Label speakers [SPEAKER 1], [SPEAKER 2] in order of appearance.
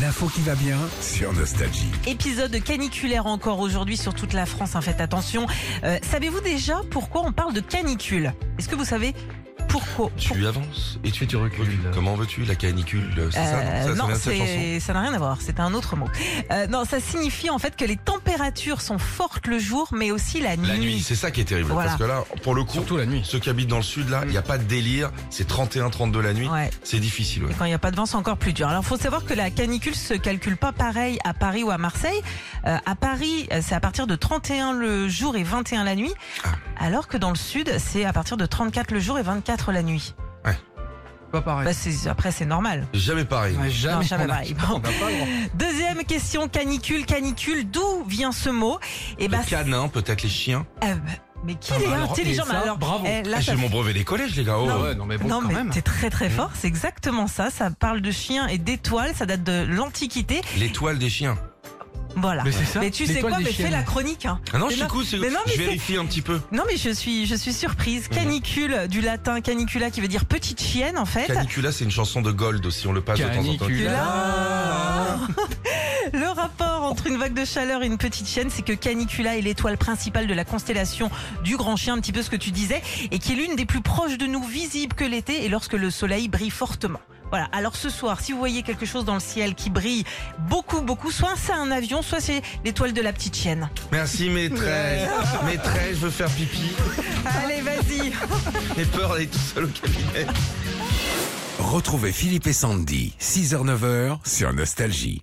[SPEAKER 1] L'info qui va bien sur Nostalgie.
[SPEAKER 2] Épisode caniculaire encore aujourd'hui sur toute la France, hein, faites attention. Euh, Savez-vous déjà pourquoi on parle de canicule Est-ce que vous savez pourquoi pour-
[SPEAKER 3] Tu avances et tu, tu recules.
[SPEAKER 4] Recule.
[SPEAKER 3] Comment veux-tu la canicule C'est ça, non
[SPEAKER 2] Euh,
[SPEAKER 3] ça, ça
[SPEAKER 2] non,
[SPEAKER 3] vient de cette chanson
[SPEAKER 2] c'est- ça n'a rien à voir, c'est un autre mot. Euh, non, ça signifie en fait que les températures sont fortes le jour, mais aussi la nuit.
[SPEAKER 3] La nuit, c'est ça qui est terrible.
[SPEAKER 2] Voilà.
[SPEAKER 3] Parce que là, pour le coup,
[SPEAKER 4] Surtout la nuit.
[SPEAKER 3] ceux qui habitent dans le sud, là, il n'y a pas de délire. C'est 31-32 la nuit.
[SPEAKER 2] Ouais.
[SPEAKER 3] C'est difficile. ouais.
[SPEAKER 2] Et quand il n'y a pas de vent, c'est encore plus dur. Alors, faut savoir que la canicule se calcule pas pareil à Paris ou à Marseille. Euh, à Paris, euh, c'est à partir de 31 le jour et 21 la nuit,
[SPEAKER 4] Ah.
[SPEAKER 2] alors que dans le sud, c'est à partir de 34 le jour et 24 la nuit.
[SPEAKER 4] Pas pareil.
[SPEAKER 2] Bah, c'est- après, c'est normal.
[SPEAKER 3] Jamais pareil.
[SPEAKER 4] Ouais,
[SPEAKER 2] Non,
[SPEAKER 4] jamais.
[SPEAKER 2] jamais pareil. Bon.
[SPEAKER 4] On n'a pas le droit.
[SPEAKER 2] Deuxième question, canicule, canicule, d'où vient ce mot Eh
[SPEAKER 3] Les
[SPEAKER 2] ben,
[SPEAKER 3] canins, peut-être les chiens.
[SPEAKER 2] euh, mais qui
[SPEAKER 4] Ah
[SPEAKER 2] est
[SPEAKER 4] bah alors,
[SPEAKER 2] intelligent
[SPEAKER 4] et
[SPEAKER 2] mais
[SPEAKER 4] ça,
[SPEAKER 2] alors,
[SPEAKER 4] bravo.
[SPEAKER 2] eh, là,
[SPEAKER 3] Ah,
[SPEAKER 2] ça
[SPEAKER 3] J'ai mon brevet des collèges, les gars. Oh.
[SPEAKER 4] Ah ouais, non mais bon
[SPEAKER 2] non
[SPEAKER 4] quand
[SPEAKER 2] mais
[SPEAKER 4] même. Mmh.
[SPEAKER 2] t'es très très fort, c'est exactement ça. Ça parle de chiens et d'étoiles, ça date de l'Antiquité.
[SPEAKER 3] L'étoile des chiens.
[SPEAKER 2] Voilà.
[SPEAKER 4] Mais c'est ça,
[SPEAKER 2] Mais tu sais
[SPEAKER 4] l'étoile
[SPEAKER 2] quoi
[SPEAKER 4] des
[SPEAKER 2] Mais
[SPEAKER 4] chiennes.
[SPEAKER 2] fais la chronique. hein.
[SPEAKER 3] Ah non,
[SPEAKER 2] Mais
[SPEAKER 3] je suis
[SPEAKER 2] non,
[SPEAKER 3] cool. c'est-
[SPEAKER 2] mais non, mais
[SPEAKER 3] Je
[SPEAKER 2] c'est-
[SPEAKER 3] vérifie un petit peu.
[SPEAKER 2] Non mais je suis je suis surprise. Canicule du latin canicula qui veut dire petite chienne en fait.
[SPEAKER 3] Canicula, c'est une chanson de Gold aussi. On le passe de temps en temps.
[SPEAKER 4] Canicula.
[SPEAKER 2] Le rapport entre une vague de chaleur et une petite chienne, c'est que Canicula est l'étoile principale de la constellation du Grand Chien, un petit peu ce que tu disais, et qui est l'une des plus proches de nous, visible que l'été et lorsque le soleil brille fortement. Voilà, alors ce soir, si vous voyez quelque chose dans le ciel qui brille beaucoup, beaucoup, soit c'est un avion, soit c'est l'étoile de la petite chienne.
[SPEAKER 3] Merci, maîtresse. maîtresse, je veux faire pipi.
[SPEAKER 2] Allez, vas-y
[SPEAKER 3] J'ai peur d'aller tout seul au cabinet.
[SPEAKER 1] Retrouvez Philippe et Sandy, 6h-9h sur Nostalgie.